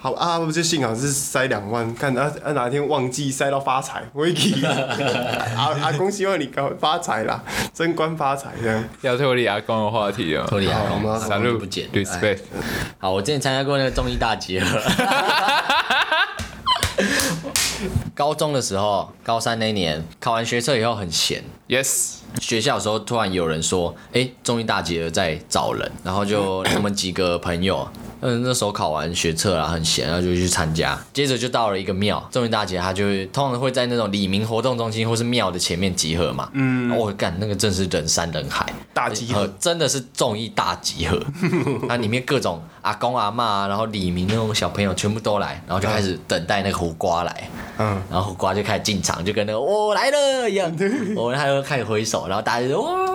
Speaker 1: 好啊，我就幸好是塞两万，看啊啊哪天忘记塞到发财，我也啊可以。阿阿公希望你搞发财啦，升官发财这样。
Speaker 3: 要脱离阿公的话题了。
Speaker 2: 脱离啊，
Speaker 1: 好吗
Speaker 2: 我
Speaker 3: 三
Speaker 2: 们
Speaker 3: 路
Speaker 2: 不剪。哎
Speaker 3: respect，
Speaker 2: 好，我之前参加过那个综艺大集合。 高中的时候，高三那一年考完学测以后很闲，
Speaker 3: yes，
Speaker 2: 学校的时候，突然有人说：“哎、综艺大集合在找人。”然后 就我们几个朋友，嗯，那时候考完学测啊，很闲，然后就去参加。接着就到了一个庙，综艺大集合，他就会通常会在那种李明活动中心或是庙的前面集合嘛。嗯，我干、那个真是人山人海，
Speaker 1: 大集合
Speaker 2: 呃真的是综艺大 集合。它里面各种阿公阿嬷啊，然后李明那种小朋友全部都来，然后就开始等待那个胡瓜来。
Speaker 1: 嗯，
Speaker 2: 然后胡瓜就开始进场，就跟那个我、来了一样，我们他就开始挥手，然后大家就说哇，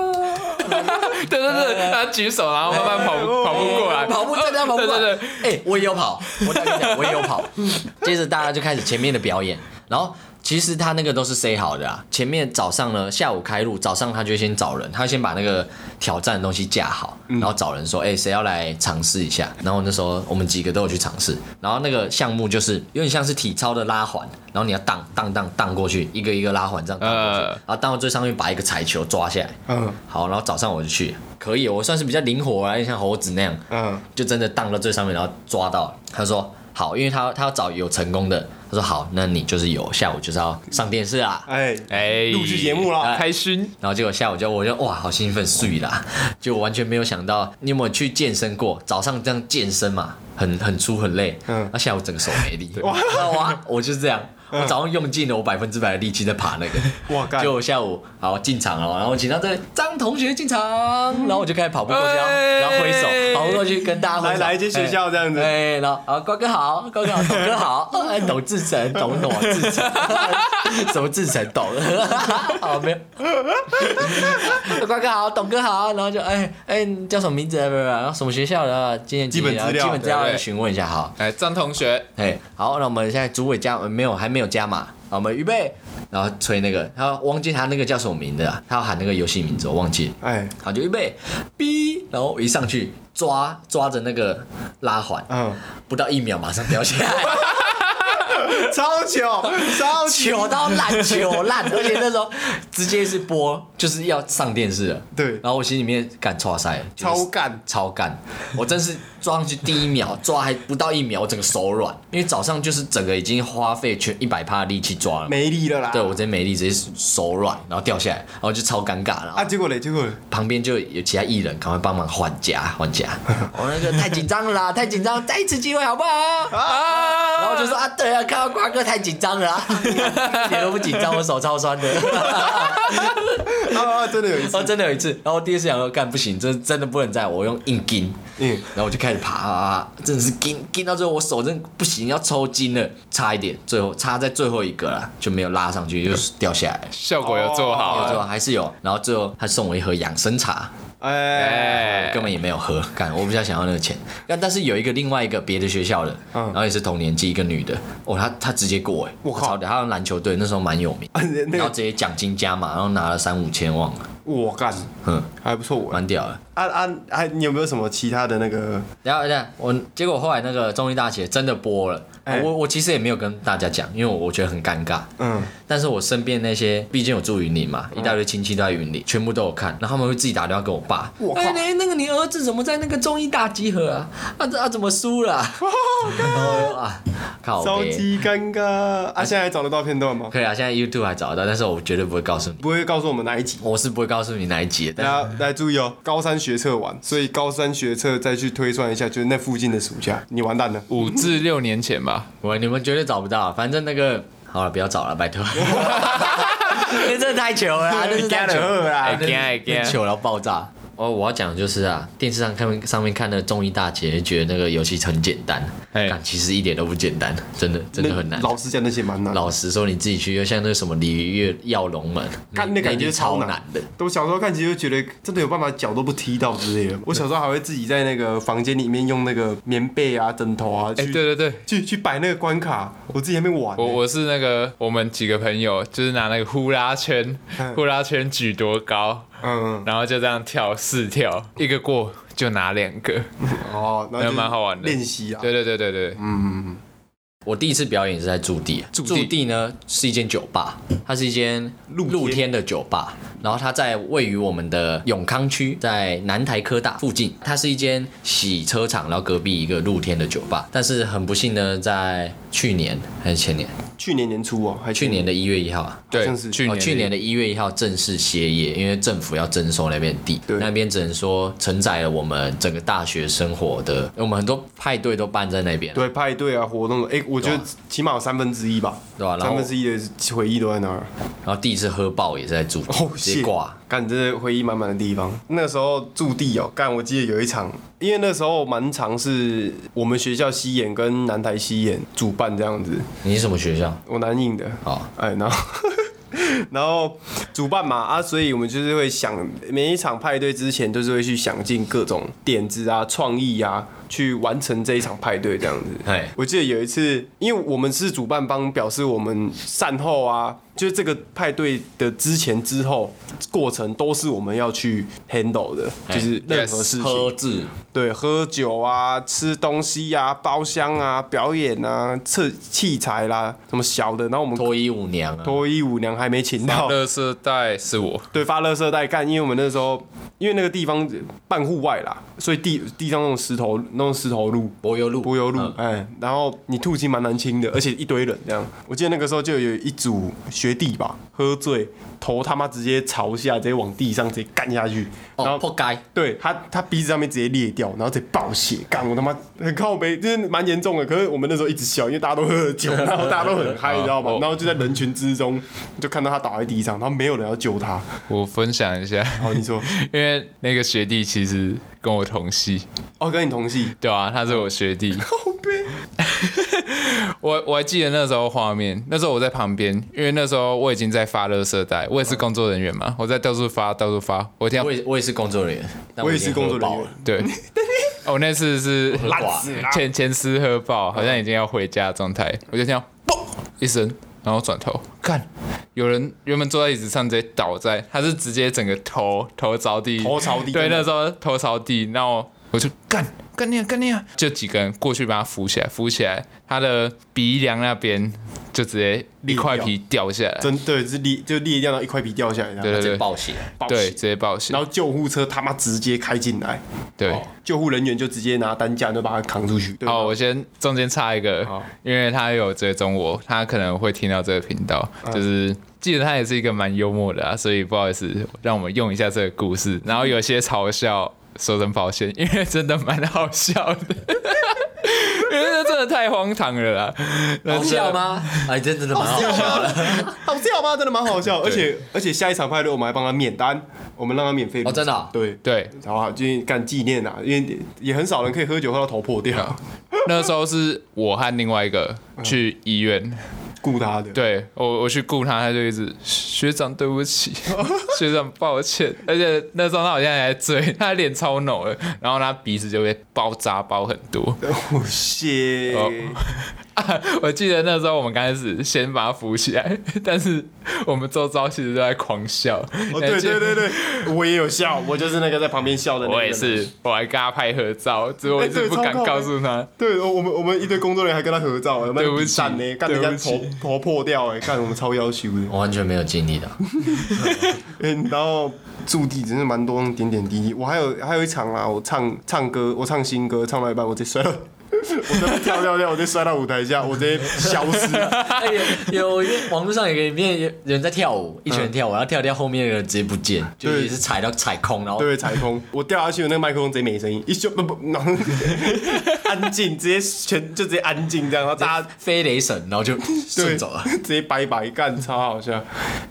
Speaker 3: 对对对，他举手，然后慢慢跑跑步过来，
Speaker 2: 跑步真的要跑步、
Speaker 3: 对
Speaker 2: 啊，
Speaker 3: 对对，
Speaker 2: 哎、我也有跑，我跟你讲，我也有跑。 接着大家就开始前面的表演，然后。其实他那个都是 say 好的啊，前面早上呢，下午开录，早上他就先找人，他先把那个挑战的东西架好，
Speaker 3: 嗯
Speaker 2: 然后找人说，哎、谁要来尝试一下？然后那时候我们几个都有去尝试，然后那个项目就是有点像是体操的拉环，然后你要荡荡荡荡过去，一个一个拉环这样荡过去，
Speaker 3: 呃
Speaker 2: 然后荡到最上面把一个彩球抓下来，
Speaker 1: 嗯
Speaker 2: 好，然后早上我就去，可以，我算是比较灵活啊，像猴子那样，
Speaker 1: 嗯，
Speaker 2: 就真的荡到最上面，然后抓到。他说好，因为他他要找有成功的。他说好，那你就是有，下午就是要上电视啦。
Speaker 1: 哎
Speaker 3: 哎，
Speaker 1: 录制节目啦
Speaker 3: 开心，
Speaker 2: 然后结果下午就我就哇，好兴奋，睡啦，就完全没有想到你有没有去健身过？早上这样健身嘛，很很粗很累，啊
Speaker 1: 嗯
Speaker 2: 那、下午整个手没力，
Speaker 1: 哇
Speaker 2: 哇，我就是这样。我早上用尽了我百分之百的力气在爬那个，
Speaker 1: 哇干
Speaker 2: 就我下午好进场了，然后请到这里张同学进场，
Speaker 1: 嗯
Speaker 2: 然后我就开始跑步过去，啊
Speaker 3: 哎
Speaker 2: 然后挥手，跑步过去跟大家挥手，
Speaker 1: 来来一间学校这样子
Speaker 2: 哎，哎然后啊瓜哥好，瓜哥好，董哥好，哎董志成，董董志成， 什么志成董？好没有。瓜哥好，董哥好，然后就哎哎，你叫什么名字？不不不，然后什么学校的？今年几
Speaker 1: 基本
Speaker 2: 年
Speaker 1: 资
Speaker 2: 然后
Speaker 1: 料
Speaker 2: 基本资料
Speaker 3: 对
Speaker 2: 就询问一下好。
Speaker 3: 哎，张同学，
Speaker 2: 哎，好，那我们现在主委加呃没有，还没有加码，好，我们预备，然后吹那个，他忘记他那个叫什么名的啊，他要喊那个游戏名字，我忘记了。
Speaker 1: 哎，
Speaker 2: 好，就预备，B，然后我一上去抓抓着那个拉环，
Speaker 1: 嗯，
Speaker 2: 不到一秒马上掉下来。
Speaker 1: 超糗， 超糗，
Speaker 2: 糗到烂，糗烂，而且那时候直接是播，就是要上电视了。
Speaker 1: 对
Speaker 2: 然后我心里面干错塞，就是
Speaker 1: 超干
Speaker 2: 超干，我真是抓上去第一秒抓还不到一秒，我整个手软，因为早上就是整个已经花费全一百趴的力气抓了嘛。
Speaker 1: 没力了啦。
Speaker 2: 对我直接没力，直接手软，然后掉下来，然后就超尴尬，然后
Speaker 1: 啊，结果嘞，结果嘞，
Speaker 2: 旁边就有其他艺人，赶快帮忙换夹 换夹。我、哦那个太紧张了啦， 太紧张，再一次机会好不好？啊！然后我就说啊，对啊，看到瓜哥太紧张了、 啊，一点都不紧张，我手超 酸的。
Speaker 1: 啊啊，真的有一次
Speaker 2: 然后，哦真的有一次，然后我第一次想说干不行，真真的不能再，我用硬筋，
Speaker 1: 嗯
Speaker 2: 然后我就开始爬啊啊，啊真的是筋筋到最后我手真的不行，要抽筋了，差一点，最后差在最后一个了，就没有拉上去，就是掉下来了。
Speaker 3: 效果有做好
Speaker 2: 有
Speaker 3: 了，
Speaker 2: 最后还是有，然后最后他送我一盒养生茶，
Speaker 1: 哎，
Speaker 3: 哎，
Speaker 2: 根本也没有喝，干，我比较想要那个钱。但但是有一个另外一个别的学校的，
Speaker 1: 嗯
Speaker 2: 然后也是同年纪一个女的，哦，她她直接过哎、欸，
Speaker 1: 我靠
Speaker 2: 超屌她篮球队那时候蛮有名，
Speaker 1: 啊那
Speaker 2: 然
Speaker 1: 那
Speaker 2: 后
Speaker 1: 个
Speaker 2: 直接奖金加码，然后拿了三五千忘了，
Speaker 1: 我干，
Speaker 2: 嗯，
Speaker 1: 还不错我。
Speaker 2: 蛮屌的。
Speaker 1: 啊啊啊！你有没有什么其他的那个？
Speaker 2: 然后，然后我结果后来那个中医大学真的播了，
Speaker 1: 哎
Speaker 2: 我我其实也没有跟大家讲，因为我我觉得很尴尬。
Speaker 1: 嗯，
Speaker 2: 但是我身边那些，毕竟我住云林嘛，一大堆亲戚都在云林，全部都有看，然后他们会自己打电话给我爸
Speaker 1: 我，靠
Speaker 2: 哎、那那个你儿子怎么在那个中医大集合啊？啊这啊怎么输 了、啊？然后我就啊，靠
Speaker 1: 超
Speaker 2: 背。
Speaker 1: 级尴尬啊！现在还找得到片段吗？
Speaker 2: 可以啊，现在 YouTube 还找得到，但是我绝对不会告诉你，
Speaker 1: 不会告诉我们哪一集。
Speaker 2: 我是不会告诉你哪一集的。
Speaker 1: 大
Speaker 2: 但
Speaker 1: 家
Speaker 2: 是
Speaker 1: 大家注意哦，高三学测完，所以高三学测再去推算一下，就是那附近的暑假，你完蛋了。
Speaker 3: 五至六年前吧，
Speaker 2: 我你们绝对找不到，反正那个好了，不要找了，拜托。那真的太糗了啊，那真的太糗
Speaker 1: 怕了啊
Speaker 2: 哎真的
Speaker 3: 怕怕
Speaker 2: 那糗到爆炸。哦，我要讲的就是啊，电视上看上面看的综艺大姐，觉得那个游戏很简单，
Speaker 3: 哎
Speaker 2: 但其实一点都不简单，真的真的很难。
Speaker 1: 那老实讲，那些蛮难。
Speaker 2: 老实说，你自己去，就像那个什么鲤鱼跃跃龙门，
Speaker 1: 看那感
Speaker 2: 一定
Speaker 1: 觉
Speaker 2: 超
Speaker 1: 难
Speaker 2: 的。。
Speaker 1: 我小时候看，其实就觉得真的有办法脚都不踢到之 类的。我小时候还会自己在那个房间里面用那个棉被啊、枕头啊
Speaker 3: 哎，
Speaker 1: 去
Speaker 3: 对哦对对，
Speaker 1: 去去摆那个关卡，我自己还没玩呢。
Speaker 3: 我我是那个我们几个朋友，就是拿那个呼啦圈，呼啦圈举多高，
Speaker 1: 嗯
Speaker 3: 然后就这样跳四跳，一个过就拿两个，
Speaker 1: 哦，那
Speaker 3: 那
Speaker 1: 就
Speaker 3: 蛮好玩的
Speaker 1: 练习啊。嗯
Speaker 3: 对对对对对，
Speaker 2: 我第一次表演是在驻地，驻
Speaker 3: 地
Speaker 2: 地呢是一间酒吧，它是一间
Speaker 1: 露天
Speaker 2: 露天的酒吧，然后它在位于我们的永康区，在南台科大附近，它是一间洗车场，然后隔壁一个露天的酒吧，但是很不幸呢，在去年还是前年，
Speaker 1: 去年年初哦，还
Speaker 2: 去年的一月一号啊，
Speaker 1: 好
Speaker 3: 对
Speaker 1: 像是，
Speaker 3: 去
Speaker 2: 哦，
Speaker 3: 年
Speaker 2: 去年的一月一号正式歇业，因为政府要征收那边地，
Speaker 1: 对
Speaker 2: 那边只能说承载了我们整个大学生活的，我们很多派对都办在那边，
Speaker 1: 对派对啊活动，哎，我觉得起码有三分之一吧，
Speaker 2: 对啊然后
Speaker 1: 三分之一的回忆都在那儿。
Speaker 2: 然后第一次喝爆也是在驻地，
Speaker 1: 哦，
Speaker 2: 直接
Speaker 1: 谢
Speaker 2: 挂。
Speaker 1: 干，这是回忆满满的地方。那时候驻地哦，干，我记得有一场，因为那时候蛮常是我们学校西演跟南台西演主办这样子，
Speaker 2: 你是什么学校？
Speaker 1: 我南影的。
Speaker 2: 哦，
Speaker 1: 哎，然后 然后主办嘛啊，所以我们就是会想每一场派对之前，就是会去想尽各种点子啊、创意啊，去完成这一场派对这样子。
Speaker 2: 哎，
Speaker 1: 我记得有一次，因为我们是主办方，表示我们善后啊，就是这个派对的之前、之后过程都是我们要去 handle 的，
Speaker 2: 哎
Speaker 1: 就是任何
Speaker 3: yes，
Speaker 1: 事情。
Speaker 2: 喝字
Speaker 1: 对，喝酒啊，吃东西啊，包厢啊，表演啊，测器材啦，什么小的，然后我们
Speaker 2: 脱衣舞娘啊，
Speaker 1: 脱衣舞娘还没请到，
Speaker 3: 乐色袋是我，
Speaker 1: 对，发垃圾袋干，因为我们那时候因为那个地方半户外啦，所以地地上那种石头那东石头路。
Speaker 2: 柏油路，
Speaker 1: 柏油路
Speaker 2: 嗯，
Speaker 1: 哎，然后你吐其实蛮难清的，而且一堆人这样。我记得那个时候就有一组学弟吧，喝醉，头他妈直接朝下，直接往地上直接干下去，然
Speaker 2: 哦，
Speaker 1: 后
Speaker 2: 破街，
Speaker 1: 对他，他鼻子上面直接裂掉，然后直接爆血，干我他妈很靠背，就是蛮严重的。可是我们那时候一直笑，因为大家都喝了酒，然后大家都很嗨，你知道吗？然后就在人群之中，就看到他倒在地上，然后没有人要救他。
Speaker 3: 我分享一下，
Speaker 1: 然后你说，
Speaker 3: 因为那个学弟其实跟我同系，
Speaker 1: 哦，跟你同系，
Speaker 3: 对啊，他是我学弟。
Speaker 1: 靠背，
Speaker 3: 我我还记得那时候画面，那时候我在旁边，因为那时候我已经在发垃圾袋，我也是工作人员嘛，我在到处发到处发，我听到
Speaker 2: 我也我也是工作人员，但
Speaker 1: 我也
Speaker 2: 已经
Speaker 1: 是工作人
Speaker 2: 喝
Speaker 1: 员啊
Speaker 2: 爆了，
Speaker 3: 对，哦，那次是
Speaker 2: 喝挂了，
Speaker 3: 前前司喝爆，好像已经要回家的状态，我就听到嘣一声，然后转头看，有人原本坐在椅子上直接倒在，他是直接整个头头着地，
Speaker 1: 头朝地
Speaker 3: 对，
Speaker 1: 真的
Speaker 3: 那时候头朝地，然后我就干干你啊干你啊，就几个人过去把他扶起来，扶起来，他的鼻梁那边就直接一块皮掉下来，
Speaker 1: 真对，是裂就裂掉，然后一块皮掉下来，
Speaker 3: 对
Speaker 2: 而
Speaker 3: 对
Speaker 2: 且
Speaker 3: 对，
Speaker 2: 爆血，
Speaker 1: 爆
Speaker 3: 对
Speaker 1: 血
Speaker 3: 直。接爆血
Speaker 1: 然，后哦救护车他妈直接开进来，
Speaker 3: 对。
Speaker 1: 救护人员就直接拿担架就把他扛出去。对吧
Speaker 3: 好，哦我先中间插一个
Speaker 1: 好，
Speaker 3: 因为他有追踪我，他可能会听到这个频道，就是记得他也是一个蛮幽默的啊，所以不好意思，让我们用一下这个故事，然后有些嘲笑，说声抱歉， 因为真的蛮好笑的。因为这真的太荒唐了啦！那
Speaker 2: 好
Speaker 3: 真的
Speaker 2: 笑？吗？哎，真真的蛮好笑的，
Speaker 1: 好笑吗？真的蛮好笑，而且而且下一场派对我们还帮他免单，我们让他免费
Speaker 2: 哦真的啊
Speaker 1: 对
Speaker 3: 对，
Speaker 1: 然后就是干纪念啊，因为也很少人可以喝酒喝到头破掉，
Speaker 3: 那时候是我和另外一个去医院，
Speaker 1: 顾他的。，
Speaker 3: 对我我去雇他，他就一直学长对 不起，学长抱歉，而且那时候他好像还在醉，他脸超浓的，然后他鼻子就被包扎包很多。
Speaker 1: 我谢。
Speaker 3: 哦我记得那时候我们刚开始先把他扶起来，但是我们周遭其实都在狂笑。
Speaker 1: 哦，
Speaker 3: 哦
Speaker 1: 对对对对，我也有笑，我就是那个在旁边笑的那个。
Speaker 3: 我也是。，我还跟他拍合照，只是我一
Speaker 1: 哎
Speaker 3: 直
Speaker 1: 对
Speaker 3: 不敢
Speaker 1: 超靠
Speaker 3: 告诉他。
Speaker 1: 对，哦我我们我们一堆工作人员还跟他合照，
Speaker 3: 对不起
Speaker 1: 呢，干人家
Speaker 3: 对不
Speaker 1: 头
Speaker 3: 起
Speaker 1: 头破掉哎，干我们超要求的。
Speaker 2: 我完全没有经 历的，
Speaker 1: 嗯，然后驻地真的蛮多那种点点滴滴。我还有还有一场啊，我唱唱歌，我唱新歌，唱到一半我直接摔到， 我在那边跳跳跳，我直接摔到舞台下，我直接消失。
Speaker 2: 哎有有一个网络上有个影片，有有人在跳舞，一群人跳舞，然后跳一跳后面那个人直接不见，就
Speaker 1: 嗯对
Speaker 2: 也是踩到踩空，然后
Speaker 1: 对，踩空，我掉下去，那个麦克风直接没声音，一咻不不，然后 安静，直接全就直接安静这样，然后大家。
Speaker 2: 飞雷神，然后就
Speaker 1: 对
Speaker 2: 哎 顺走了。，
Speaker 1: 直接拜拜干，超好笑，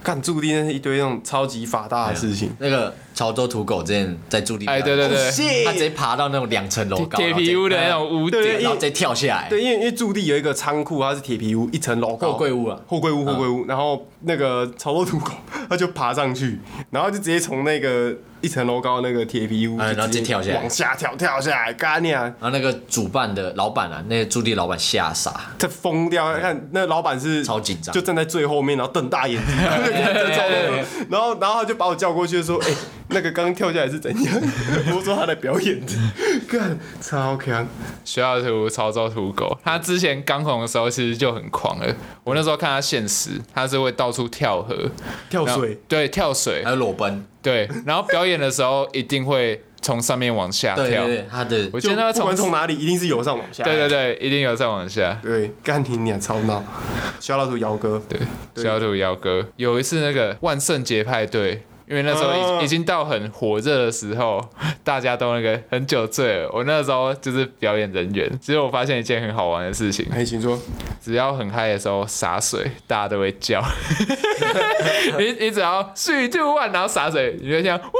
Speaker 1: 干驻地那是一堆那种超级法大 的事情，
Speaker 2: 那个潮州土狗之前在驻地表
Speaker 3: 哎，
Speaker 2: 演，
Speaker 3: 对对对，
Speaker 1: 谢
Speaker 2: 他直接爬到那种两层楼高，
Speaker 3: 铁皮屋的那
Speaker 2: 然后
Speaker 3: 种屋
Speaker 1: 对
Speaker 3: 顶，
Speaker 2: 直接，然后直接跳下来，
Speaker 1: 对，因为因为驻地有一个仓库，它是铁皮屋，一层楼高，
Speaker 2: 货柜屋啊
Speaker 1: 货柜屋，货柜屋。然后那个潮州土狗， 他就爬上去，然后就直接从那个一层楼高的那个铁皮屋，
Speaker 2: 哎然后直接跳下来
Speaker 1: 往下跳，跳下来，干你啊！
Speaker 2: 然后那个主办的老板啊，那个驻地老板吓傻，
Speaker 1: 他疯掉，看那老板是
Speaker 2: 嗯超紧张
Speaker 1: 就站在最后面，然后瞪大眼 睛，然后就看着潮州土狗然后然后他就把我叫过去说，哎，那个刚刚跳下来是怎样？ 我说他在表演，干超强，
Speaker 3: 学校图潮州土狗，他之前刚红的时候其实就很狂了。我那时候看他现实，他是会到处跳河、
Speaker 1: 跳
Speaker 3: 然后
Speaker 1: 水，啊
Speaker 3: 对，跳水
Speaker 2: 还，有裸奔，
Speaker 3: 对。然后表演的时候一定会从上面往下
Speaker 2: 对对
Speaker 3: 跳，
Speaker 2: 对，他的
Speaker 3: 我
Speaker 1: 就
Speaker 3: 记得他
Speaker 1: 不管
Speaker 3: 从
Speaker 1: 从哪里，一定是由上往下，
Speaker 3: 对对对，一定有再往下。
Speaker 1: 对，干你娘超闹，小老鼠姚哥，
Speaker 3: 对，学校图姚哥有一次那个万圣节派对。因为那时候已、
Speaker 1: 啊
Speaker 3: 已经到很火热的时候，大家都那个很酒醉了。我那时候就是表演人员，其实我发现一件很好玩的事情，
Speaker 1: 哎，请说，
Speaker 3: 只要很嗨的时候洒水，大家都会叫。 你你只要 three two one，然后洒水，你就像哇！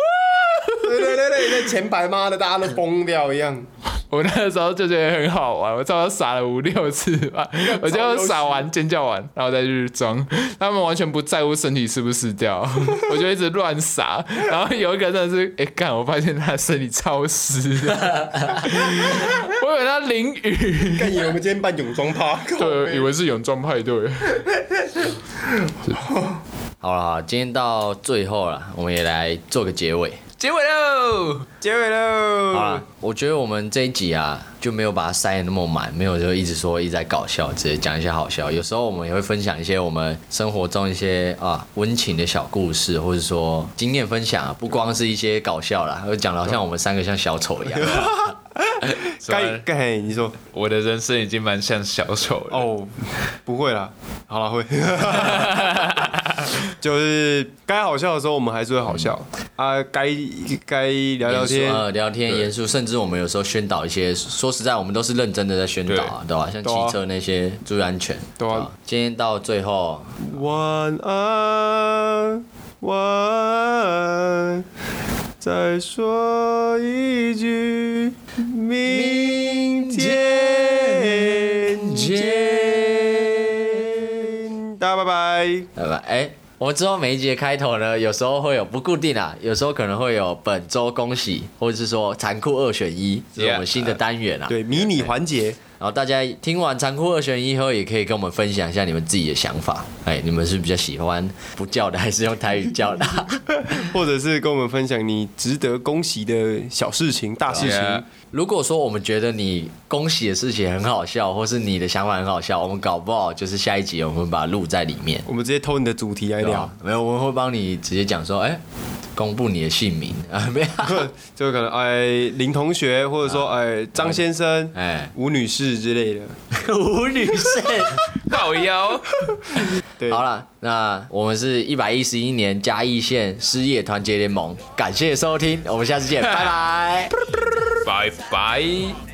Speaker 1: 对对对对，那前排妈的大家都疯掉一样，
Speaker 3: 我那时候就觉得很好玩，我差不多洒了五六次 吧，我就洒完尖叫完，然后再去装。他们完全不在乎身体是不是掉， 我就一直乱洒。然后有一个真的是，哎、干！我发现他身体超湿 的，我以为他淋雨，
Speaker 1: 干以为我们今天办泳装 趴，
Speaker 3: 对，以为是泳装派对。
Speaker 2: 好了，好了今天到最后了，我们也来做个结尾。
Speaker 3: 结尾喽！
Speaker 1: 结尾喽，
Speaker 2: 好了，我觉得我们这一集啊，就没有把它塞的那么满，没有就一直说一直在搞笑，直接讲一些好笑。有时候我们也会分享一些我们生活中一些啊温情的小故事，或者说经验分享啊，不光是一些搞笑啦，而讲的好像我们三个像小丑一样。
Speaker 1: 该该嘿你说
Speaker 3: 我的人生已经蛮像小丑了。
Speaker 1: 哦，不会啦，好了会， 就是该好笑的时候我们还是会好笑啊，该该聊聊天
Speaker 2: 严肃，呃，聊天严肃，甚至我们有时候宣导一些，说实在，我们都是认真的在宣导啊，对吧、像
Speaker 1: 对啊
Speaker 2: 骑车那些，注意安全，
Speaker 1: 对啊
Speaker 2: 吧今天到最后，
Speaker 1: 晚安，晚安，再说一句，明天见。大家拜拜。
Speaker 2: 拜拜。哎、我们之后每一集的开头呢，有时候会有不固定啊，有时候可能会有本周恭喜，或者是说残酷二选一，这是我
Speaker 3: Yeah，
Speaker 2: 们新的单元啊。
Speaker 1: 对，迷你环节，
Speaker 2: 然后大家听完残酷二选一以后，也可以跟我们分享一下你们自己的想法。哎，你们是比较喜欢不叫的，还是用台语叫的？
Speaker 1: 或者是跟我们分享你值得恭喜的小事情、大事
Speaker 3: Yeah
Speaker 1: 情。
Speaker 2: 如果说我们觉得你恭喜的事情很好笑，或是你的想法很好笑，我们搞不好就是下一集我们把它录在里面。
Speaker 1: 我们直接偷你的主题来
Speaker 2: 对
Speaker 1: 聊
Speaker 2: 吧，没有，我们会帮你直接讲说，哎，公布你的姓名啊，没有，
Speaker 1: 就可能哎林同学，或者说哎张先生、
Speaker 2: 哎，
Speaker 1: 吴女士之类的。
Speaker 2: 吴女士。
Speaker 3: 靠腰，
Speaker 1: 对，
Speaker 2: 好了，那我们是一百一十一年嘉义县失业团结联盟，感谢收听，我们下次见，拜拜。
Speaker 3: 拜拜。